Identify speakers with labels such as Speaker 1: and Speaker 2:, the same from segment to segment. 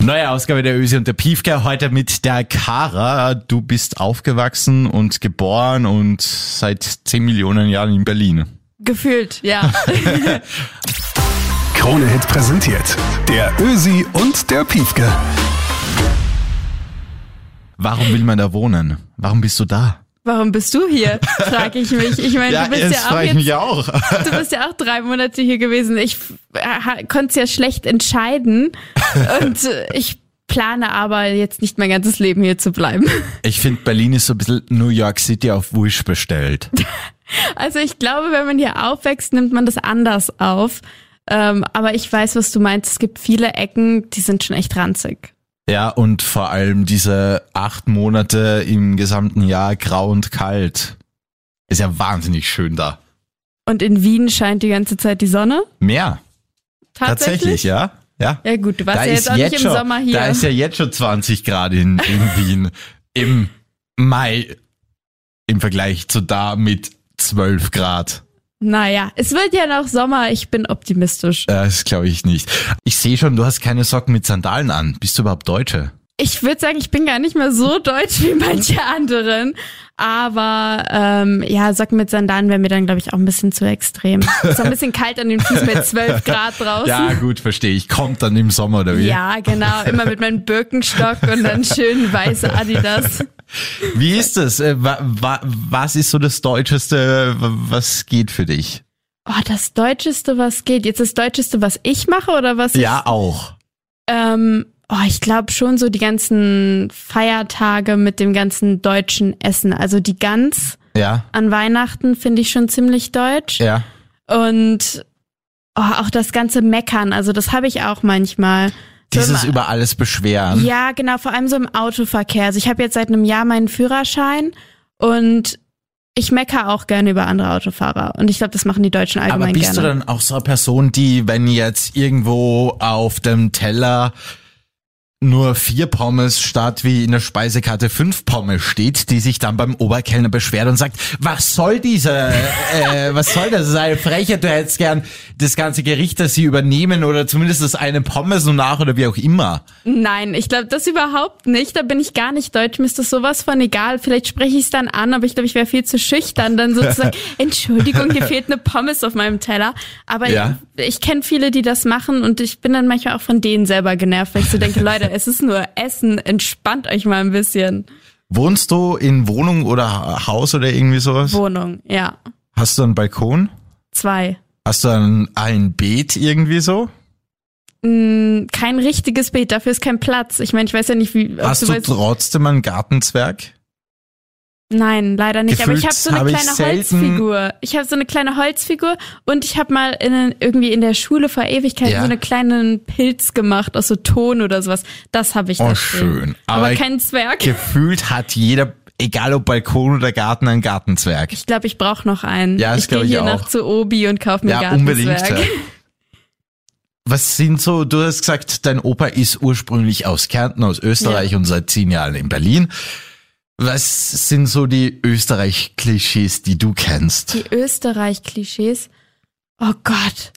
Speaker 1: Neue Ausgabe der Ösi und der Piefke, heute mit der Kara. Du bist aufgewachsen und geboren und seit 10 Millionen Jahren in Berlin.
Speaker 2: Gefühlt, ja.
Speaker 3: Krone Hit präsentiert der Ösi und der Piefke.
Speaker 1: Warum will man da wohnen? Warum bist du da?
Speaker 2: Warum bist du hier? Frage ich mich. Ich meine, du bist
Speaker 1: das
Speaker 2: ja auch
Speaker 1: frage ich
Speaker 2: jetzt,
Speaker 1: mich auch.
Speaker 2: du bist ja auch drei Monate hier gewesen. Ich konnte es ja schlecht entscheiden und äh, ich plane aber jetzt nicht mein ganzes Leben hier zu bleiben.
Speaker 1: Ich finde, Berlin ist so ein bisschen New York City auf Wish bestellt.
Speaker 2: Also ich glaube, wenn man hier aufwächst, nimmt man das anders auf. Ähm, aber ich weiß, was du meinst. Es gibt viele Ecken, die sind schon echt ranzig.
Speaker 1: Ja, und vor allem diese acht Monate im gesamten Jahr grau und kalt. Ist ja wahnsinnig schön da.
Speaker 2: Und in Wien scheint die ganze Zeit die Sonne.
Speaker 1: Mehr. Tatsächlich, ja. Ja.
Speaker 2: Ja gut, du warst
Speaker 1: da
Speaker 2: ja
Speaker 1: ist
Speaker 2: jetzt auch
Speaker 1: jetzt
Speaker 2: nicht im
Speaker 1: schon,
Speaker 2: Sommer hier.
Speaker 1: Da ist ja jetzt schon 20 Grad in, in Wien im Mai im Vergleich zu da mit 12 Grad.
Speaker 2: Naja, es wird ja noch Sommer, ich bin optimistisch.
Speaker 1: Äh, Das glaube ich nicht. Ich sehe schon, du hast keine Socken mit Sandalen an. Bist du überhaupt Deutsche?
Speaker 2: Ich würde sagen, ich bin gar nicht mehr so deutsch wie manche anderen. Aber ähm, ja, Socken mit Sandalen wäre mir dann, glaube ich, auch ein bisschen zu extrem. Ist auch ein bisschen kalt an den Füßen mit 12 Grad draußen.
Speaker 1: Ja, gut, verstehe ich. Kommt dann im Sommer oder wie?
Speaker 2: Oh, Ja, genau. Immer mit meinem Birkenstock und dann schön weiße Adidas.
Speaker 1: Wie ist das? Äh, wa- wa- Was ist so das Deutscheste, w- was geht für dich?
Speaker 2: Oh, das Deutscheste, was geht. Jetzt das Deutscheste, was ich mache oder was ich
Speaker 1: Ja, auch.
Speaker 2: Ähm, oh, ich glaube schon so die ganzen Feiertage mit dem ganzen deutschen Essen. Also die Gans
Speaker 1: Ja,
Speaker 2: an Weihnachten finde ich schon ziemlich deutsch.
Speaker 1: ja.
Speaker 2: Und oh, auch das ganze Meckern, also das habe ich auch manchmal. So
Speaker 1: Dieses
Speaker 2: im-
Speaker 1: über alles beschweren.
Speaker 2: ja, genau, vor allem so im Autoverkehr. Also ich habe jetzt seit einem Jahr meinen Führerschein und ich meckere auch gerne über andere Autofahrer. Und ich glaube, das machen die Deutschen allgemein
Speaker 1: Aber bist
Speaker 2: gerne.
Speaker 1: du dann auch so eine Person, die, wenn jetzt irgendwo auf dem Teller nur vier Pommes statt wie in der Speisekarte fünf Pommes steht, die sich dann beim Oberkellner beschwert und sagt, was soll diese, äh, was soll das, das ist eine Frechheit, du hättest gern das ganze Gericht, das sie übernehmen oder zumindest das eine Pommes nur nach oder wie auch immer.
Speaker 2: Nein, ich glaube, das überhaupt nicht. Da bin ich gar nicht deutsch. Mir ist das sowas von egal. Vielleicht spreche ich es dann an, aber ich glaube, ich wäre viel zu schüchtern, dann sozusagen, Entschuldigung, hier fehlt eine Pommes auf meinem Teller. Aber
Speaker 1: Ja.
Speaker 2: ich, ich kenne viele, die das machen und ich bin dann manchmal auch von denen selber genervt, weil ich so denke, Leute, es ist nur Essen, entspannt euch mal ein bisschen.
Speaker 1: Wohnst du in Wohnung oder Ha- Haus oder irgendwie sowas?
Speaker 2: Wohnung, ja.
Speaker 1: Hast du einen Balkon?
Speaker 2: Zwei.
Speaker 1: Hast du ein, ein Beet irgendwie so?
Speaker 2: Mm, Kein richtiges Beet, dafür ist kein Platz. Ich meine, ich weiß ja nicht, wie. ob
Speaker 1: Hast du
Speaker 2: weißt,
Speaker 1: trotzdem einen Gartenzwerg?
Speaker 2: Nein, leider nicht. Aber ich
Speaker 1: Gefühlt
Speaker 2: habe so eine
Speaker 1: habe ich
Speaker 2: kleine
Speaker 1: selten-
Speaker 2: Holzfigur. Ich habe so eine kleine Holzfigur und ich habe mal in, irgendwie in der Schule vor Ewigkeiten
Speaker 1: Ja.
Speaker 2: so einen kleinen Pilz gemacht aus so Ton oder sowas. Das habe ich.
Speaker 1: Oh,
Speaker 2: da stehen.
Speaker 1: schön.
Speaker 2: Aber,
Speaker 1: Aber ich-
Speaker 2: kein Zwerg.
Speaker 1: gefühlt hat jeder, egal ob Balkon oder Garten, einen Gartenzwerg.
Speaker 2: Ich glaube, ich brauche noch einen.
Speaker 1: Ja, das
Speaker 2: ich gehe
Speaker 1: glaub ich
Speaker 2: hier
Speaker 1: auch.
Speaker 2: nach zu Obi und kaufe mir
Speaker 1: Ja, unbedingt.
Speaker 2: Gartenzwerg.
Speaker 1: ja. Was sind so, du hast gesagt, dein Opa ist ursprünglich aus Kärnten, aus Österreich und seit zehn Jahren in Berlin. Was sind so die Österreich-Klischees, die du kennst?
Speaker 2: Die Österreich-Klischees. Oh Gott.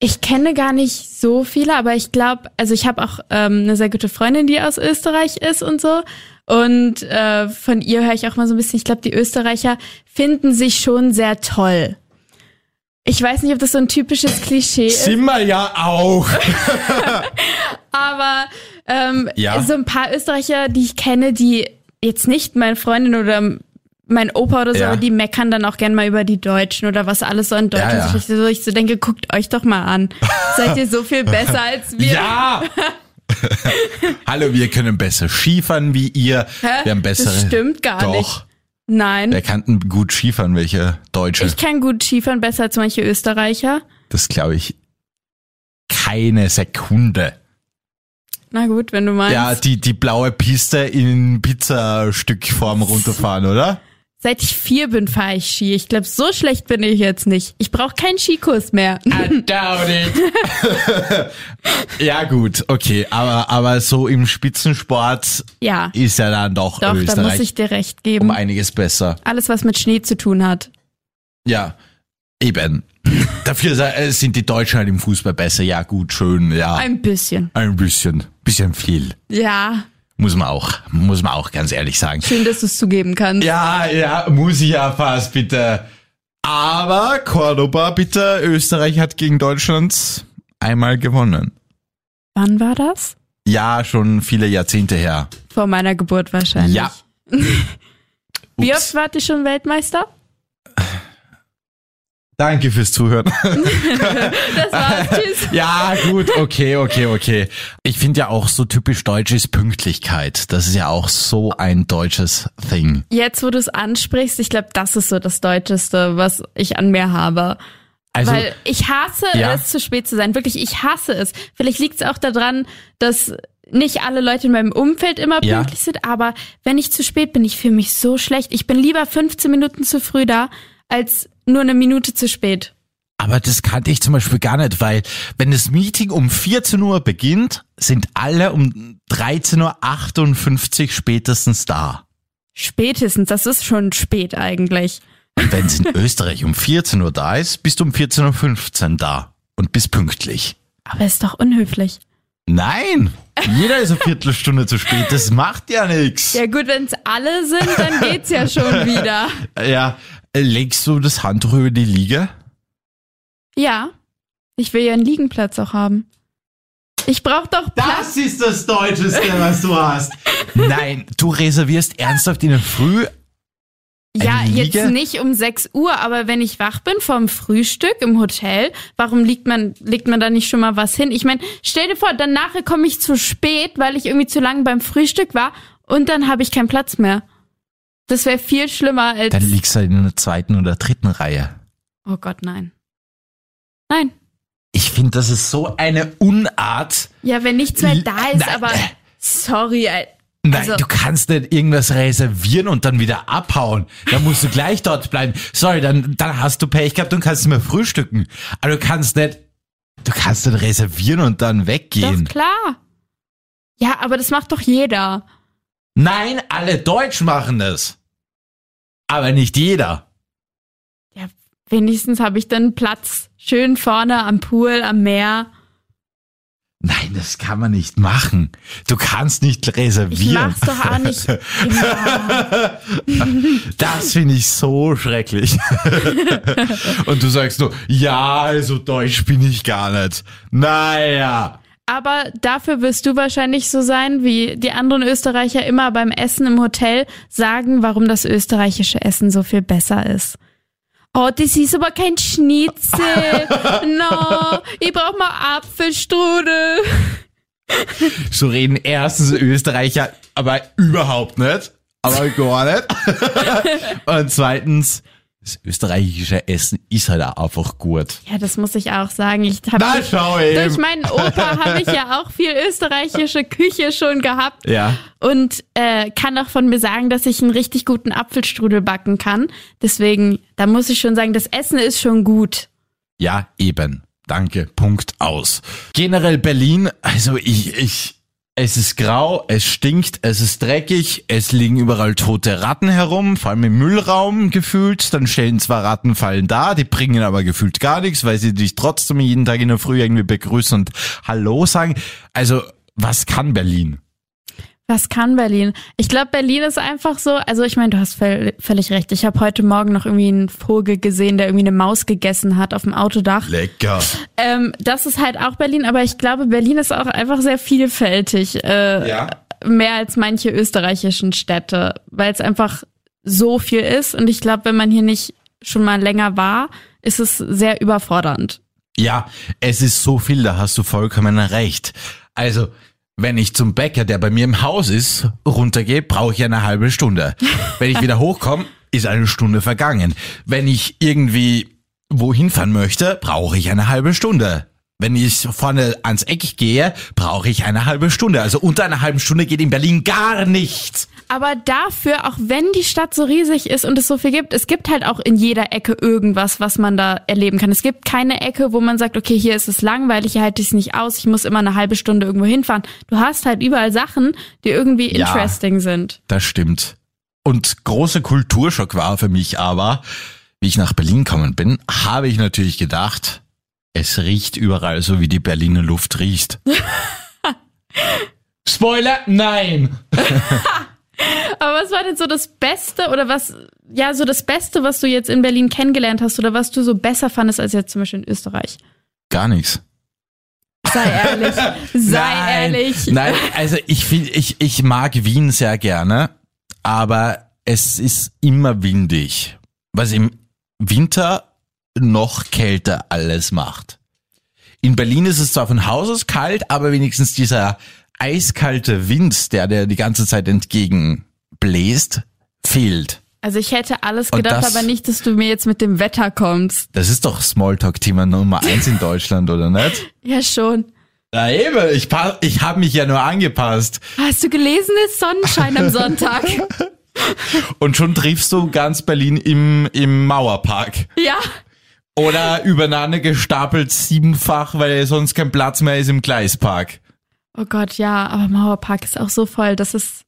Speaker 2: Ich kenne gar nicht so viele, aber ich glaube, also ich habe auch ähm, eine sehr gute Freundin, die aus Österreich ist und so. Und äh, von ihr höre ich auch mal so ein bisschen, ich glaube, die Österreicher finden sich schon sehr toll. Ich weiß nicht, ob das so ein typisches Klischee ist.
Speaker 1: wir ja auch.
Speaker 2: Aber ähm,
Speaker 1: Ja.
Speaker 2: so ein paar Österreicher, die ich kenne, die jetzt nicht meine Freundin oder mein Opa oder so,
Speaker 1: Ja.
Speaker 2: aber die meckern dann auch gern mal über die Deutschen oder was alles so in Deutschland
Speaker 1: Ja, ja.
Speaker 2: ist. So, ich so denke, guckt euch doch mal an. Seid ihr so viel besser als wir?
Speaker 1: Ja! Hallo, wir können besser Skifahren wie ihr. Wir haben bessere.
Speaker 2: Das stimmt gar
Speaker 1: Doch.
Speaker 2: nicht. Nein.
Speaker 1: Wer kannten gut Skifahren, welche Deutsche?
Speaker 2: Ich kann gut Skifahren, besser als manche Österreicher.
Speaker 1: das glaube ich keine Sekunde.
Speaker 2: Na gut, wenn du meinst.
Speaker 1: Ja, die, die blaue Piste in Pizzastückform runterfahren, oder?
Speaker 2: Seit ich vier bin, fahre ich Ski. Ich glaube, so schlecht bin ich jetzt nicht. Ich brauche keinen Skikurs mehr.
Speaker 1: I doubt it. ja, gut, okay. Aber, aber so im Spitzensport
Speaker 2: Ja,
Speaker 1: ist ja dann doch,
Speaker 2: doch, da muss
Speaker 1: Österreich
Speaker 2: ich dir recht
Speaker 1: um
Speaker 2: geben.
Speaker 1: einiges besser.
Speaker 2: Alles, was mit Schnee zu tun hat.
Speaker 1: Ja, eben. Dafür sei- äh, sind die Deutschen halt im Fußball besser. Ja, gut, schön, ja.
Speaker 2: Ein bisschen.
Speaker 1: Ein bisschen. Bisschen viel.
Speaker 2: Ja.
Speaker 1: Muss man auch, muss man auch ganz ehrlich sagen.
Speaker 2: Schön, dass du es zugeben kannst.
Speaker 1: Ja, ja, muss ich ja fast, bitte. Aber Cordoba, bitte, Österreich hat gegen Deutschland einmal gewonnen.
Speaker 2: Wann war das?
Speaker 1: Ja, schon viele Jahrzehnte her.
Speaker 2: Vor meiner Geburt wahrscheinlich.
Speaker 1: Ja.
Speaker 2: Wie
Speaker 1: Ups.
Speaker 2: oft wart ihr schon Weltmeister?
Speaker 1: Danke fürs Zuhören.
Speaker 2: Das war's. Tschüss.
Speaker 1: Ja, gut, okay, okay, okay. Ich finde ja auch so typisch deutsch ist Pünktlichkeit. Das ist ja auch so ein deutsches Thing.
Speaker 2: Jetzt, wo du es ansprichst, ich glaube, das ist so das Deutscheste, was ich an mir habe.
Speaker 1: Also,
Speaker 2: Weil ich hasse
Speaker 1: Ja.
Speaker 2: es, zu spät zu sein. Wirklich, ich hasse es. Vielleicht liegt es auch daran, dass nicht alle Leute in meinem Umfeld immer
Speaker 1: Ja.
Speaker 2: pünktlich sind, aber wenn ich zu spät bin, ich fühle mich so schlecht. Ich bin lieber 15 Minuten zu früh da, als nur eine Minute zu spät.
Speaker 1: aber das kannte ich zum Beispiel gar nicht, weil wenn das Meeting um 14 Uhr beginnt, sind alle um 13.58 Uhr spätestens da.
Speaker 2: Spätestens, das ist schon spät eigentlich.
Speaker 1: Und wenn es in Österreich um 14 Uhr da ist, bist du um 14.15 Uhr da und bist pünktlich.
Speaker 2: Aber ist doch unhöflich.
Speaker 1: Nein, jeder ist eine Viertelstunde zu spät, das macht ja nichts.
Speaker 2: Ja gut, wenn es alle sind, dann geht's ja schon wieder.
Speaker 1: Ja, legst du das Handtuch über die Liege?
Speaker 2: Ja. Ich will ja einen Liegenplatz auch haben. Ich brauche doch Platz.
Speaker 1: Das ist das Deutscheste, was du hast. Nein, du reservierst ernsthaft in der Früh.
Speaker 2: ja,
Speaker 1: eine
Speaker 2: jetzt
Speaker 1: Liege?
Speaker 2: nicht um 6 Uhr, aber wenn ich wach bin vom Frühstück im Hotel, warum liegt man, legt man da nicht schon mal was hin? Ich meine, stell dir vor, dann nachher komme ich zu spät, weil ich irgendwie zu lang beim Frühstück war und dann habe ich keinen Platz mehr. Das wäre viel schlimmer als.
Speaker 1: Dann liegst du halt in der zweiten oder dritten Reihe.
Speaker 2: oh Gott, nein. Nein.
Speaker 1: Ich finde, das ist so eine Unart.
Speaker 2: Ja, wenn nichts mehr
Speaker 1: L-
Speaker 2: da ist,
Speaker 1: nein.
Speaker 2: aber sorry, Al-
Speaker 1: Nein,
Speaker 2: Also-
Speaker 1: du kannst nicht irgendwas reservieren und dann wieder abhauen. Da musst du gleich dort bleiben. Sorry, dann, dann hast du Pech gehabt und kannst nicht mehr frühstücken. Aber du kannst nicht, du kannst nicht reservieren und dann weggehen.
Speaker 2: doch klar. Ja, aber das macht doch jeder.
Speaker 1: Nein, alle Deutsch machen das. Aber nicht jeder.
Speaker 2: ja, wenigstens habe ich dann Platz schön vorne am Pool, am Meer.
Speaker 1: Nein, das kann man nicht machen. Du kannst nicht
Speaker 2: Ich
Speaker 1: reservieren.
Speaker 2: mach's doch auch nicht. Immer.
Speaker 1: Das finde ich so schrecklich. Und du sagst nur, ja, so deutsch bin ich gar nicht. Naja.
Speaker 2: Aber dafür wirst du wahrscheinlich so sein, wie die anderen Österreicher immer beim Essen im Hotel sagen, warum das österreichische Essen so viel besser ist. Oh, das ist aber kein Schnitzel. No, ich brauch mal Apfelstrudel.
Speaker 1: So reden erstens Österreicher, aber überhaupt nicht. Aber gar nicht. Und zweitens, das österreichische Essen ist halt auch einfach gut.
Speaker 2: Ja, das muss ich auch sagen. Ich hab
Speaker 1: Na, schau eben.
Speaker 2: durch meinen Opa habe ich ja auch viel österreichische Küche schon gehabt.
Speaker 1: Ja.
Speaker 2: Und äh, kann auch von mir sagen, dass ich einen richtig guten Apfelstrudel backen kann. Deswegen, da muss ich schon sagen, das Essen ist schon gut.
Speaker 1: Ja, eben. Danke. Punkt aus. Generell Berlin, also ich, ich, es ist grau, es stinkt, es ist dreckig, es liegen überall tote Ratten herum, vor allem im Müllraum gefühlt. Dann stellen zwar Ratten fallen da, die bringen aber gefühlt gar nichts, weil sie dich trotzdem jeden Tag in der Früh irgendwie begrüßen und Hallo sagen. Also, was kann Berlin?
Speaker 2: Was kann Berlin? Ich glaube, Berlin ist einfach so, also ich meine, du hast völ- völlig recht. Ich habe heute Morgen noch irgendwie einen Vogel gesehen, der irgendwie eine Maus gegessen hat auf dem Autodach.
Speaker 1: Lecker.
Speaker 2: Ähm, das ist halt auch Berlin, aber ich glaube, Berlin ist auch einfach sehr vielfältig. Äh,
Speaker 1: Ja.
Speaker 2: Mehr als manche österreichischen Städte, weil es einfach so viel ist. Und ich glaube, wenn man hier nicht schon mal länger war, ist es sehr überfordernd.
Speaker 1: Ja, es ist so viel, da hast du vollkommen recht. Also, wenn ich zum Bäcker, der bei mir im Haus ist, runtergehe, brauche ich eine halbe Stunde. Wenn ich wieder hochkomme, ist eine Stunde vergangen. Wenn ich irgendwie wohin fahren möchte, brauche ich eine halbe Stunde. Wenn ich vorne ans Eck gehe, brauche ich eine halbe Stunde. Also unter einer halben Stunde geht in Berlin gar nichts.
Speaker 2: Aber dafür, auch wenn die Stadt so riesig ist und es so viel gibt, es gibt halt auch in jeder Ecke irgendwas, was man da erleben kann. Es gibt keine Ecke, wo man sagt, okay, hier ist es langweilig, hier halte ich es nicht aus, ich muss immer eine halbe Stunde irgendwo hinfahren. Du hast halt überall Sachen, die irgendwie
Speaker 1: Ja.
Speaker 2: interesting sind.
Speaker 1: Das stimmt. Und großer Kulturschock war für mich aber, wie ich nach Berlin gekommen bin, habe ich natürlich gedacht, es riecht überall so, wie die Berliner Luft riecht. Spoiler, nein!
Speaker 2: Aber was war denn so das Beste oder was, ja, so das Beste, was du jetzt in Berlin kennengelernt hast oder was du so besser fandest als jetzt zum Beispiel in Österreich?
Speaker 1: Gar nichts.
Speaker 2: Sei ehrlich. Sei
Speaker 1: nein,
Speaker 2: ehrlich.
Speaker 1: Nein, also ich, find- ich, ich mag Wien sehr gerne, aber es ist immer windig, was im Winter noch kälter alles macht. In Berlin ist es zwar von Haus aus kalt, aber wenigstens dieser eiskalte Wind, der dir die ganze Zeit entgegenbläst, fehlt.
Speaker 2: Also ich hätte alles
Speaker 1: Und
Speaker 2: gedacht,
Speaker 1: das-
Speaker 2: aber nicht, dass du mir jetzt mit dem Wetter kommst.
Speaker 1: Das ist doch Smalltalk-Thema Nummer eins in Deutschland, oder nicht?
Speaker 2: Ja, schon.
Speaker 1: Na eben, ich, pa- ich habe mich ja nur angepasst.
Speaker 2: Hast du gelesen, es ist Sonnenschein am Sonntag?
Speaker 1: Und schon triffst du ganz Berlin im, im Mauerpark.
Speaker 2: ja.
Speaker 1: Oder übereinander gestapelt siebenfach, weil sonst kein Platz mehr ist im Gleispark.
Speaker 2: Oh Gott, ja, aber Mauerpark ist auch so voll, das ist,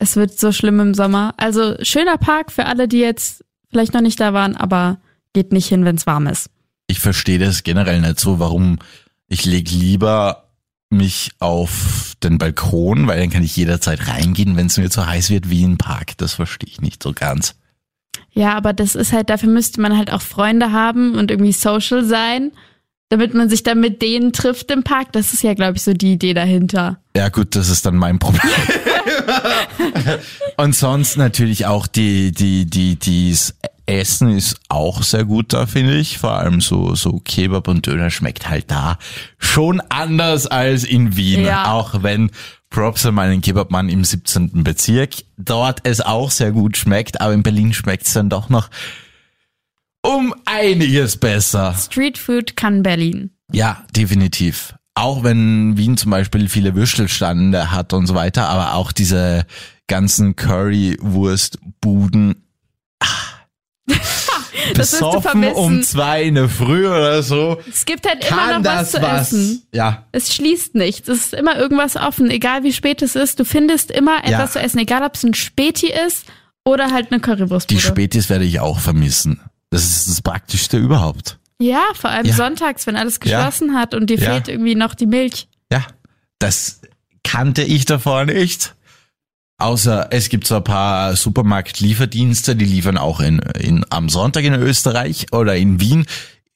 Speaker 2: es wird so schlimm im Sommer. Also schöner Park für alle, die jetzt vielleicht noch nicht da waren, aber geht nicht hin, wenn es warm ist.
Speaker 1: Ich verstehe das generell nicht so, warum ich leg lieber mich auf den Balkon, weil dann kann ich jederzeit reingehen, wenn es mir zu heiß wird wie im Park. Das verstehe ich nicht so ganz.
Speaker 2: Ja, aber das ist halt, dafür müsste man halt auch Freunde haben und irgendwie social sein, damit man sich dann mit denen trifft im Park. Das ist ja, glaube ich, so die Idee dahinter.
Speaker 1: Ja gut, das ist dann mein Problem. Und sonst natürlich auch die die die dies Essen ist auch sehr gut da finde ich, vor allem so so Kebab und Döner schmeckt halt da schon anders als in Wien,
Speaker 2: Ja.
Speaker 1: auch wenn Props an meinen Kebabmann im 17. Bezirk dort es auch sehr gut schmeckt, aber in Berlin schmeckt es dann doch noch um einiges besser.
Speaker 2: Street Food kann Berlin.
Speaker 1: Ja, definitiv. Auch wenn Wien zum Beispiel viele Würstelstände hat und so weiter, aber auch diese ganzen Currywurstbuden. ah.
Speaker 2: Das wirst du
Speaker 1: Besoffen um
Speaker 2: vermissen.
Speaker 1: zwei in der Früh oder so.
Speaker 2: Es gibt halt immer
Speaker 1: Kann
Speaker 2: noch was
Speaker 1: das
Speaker 2: zu
Speaker 1: was?
Speaker 2: essen.
Speaker 1: Ja.
Speaker 2: Es schließt nichts. Es ist immer irgendwas offen, egal wie spät es ist. Du findest immer etwas
Speaker 1: Ja.
Speaker 2: zu essen, egal ob es ein Späti ist oder halt eine Currywurst.
Speaker 1: Die Spätis werde ich auch vermissen. Das ist das Praktischste überhaupt.
Speaker 2: Ja, vor allem
Speaker 1: Ja.
Speaker 2: sonntags, wenn alles geschlossen hat und dir
Speaker 1: Ja.
Speaker 2: fehlt irgendwie noch die Milch.
Speaker 1: Ja. Das kannte ich davor nicht. Außer es gibt so ein paar Supermarkt-Lieferdienste, die liefern auch in, in, am Sonntag in Österreich oder in Wien.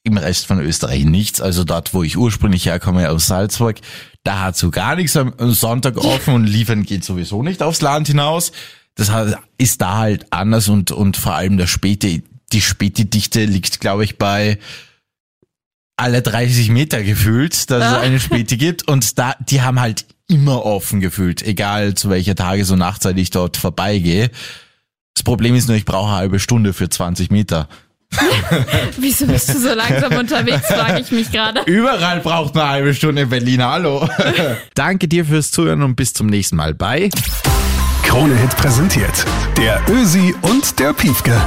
Speaker 1: Im Rest von Österreich nichts. Also dort, wo ich ursprünglich herkomme, aus Salzburg, da hat so gar nichts am Sonntag offen und liefern geht sowieso nicht aufs Land hinaus. Das heißt, ist da halt anders und, und vor allem der späte, die späte Dichte liegt, glaube ich, bei alle 30 Meter gefühlt, dass es
Speaker 2: Ah.
Speaker 1: eine Späte gibt und da, die haben halt immer offen gefühlt, egal zu welcher Tages- und Nachtzeit ich dort vorbeigehe. Das Problem ist nur, ich brauche eine halbe Stunde für 20 Meter.
Speaker 2: Wieso bist du so langsam unterwegs, frage ich mich gerade.
Speaker 1: Überall braucht man eine halbe Stunde in Berlin, hallo. Danke dir fürs Zuhören und bis zum nächsten Mal. Bye.
Speaker 3: Krone Hit präsentiert der Ösi und der Piefke.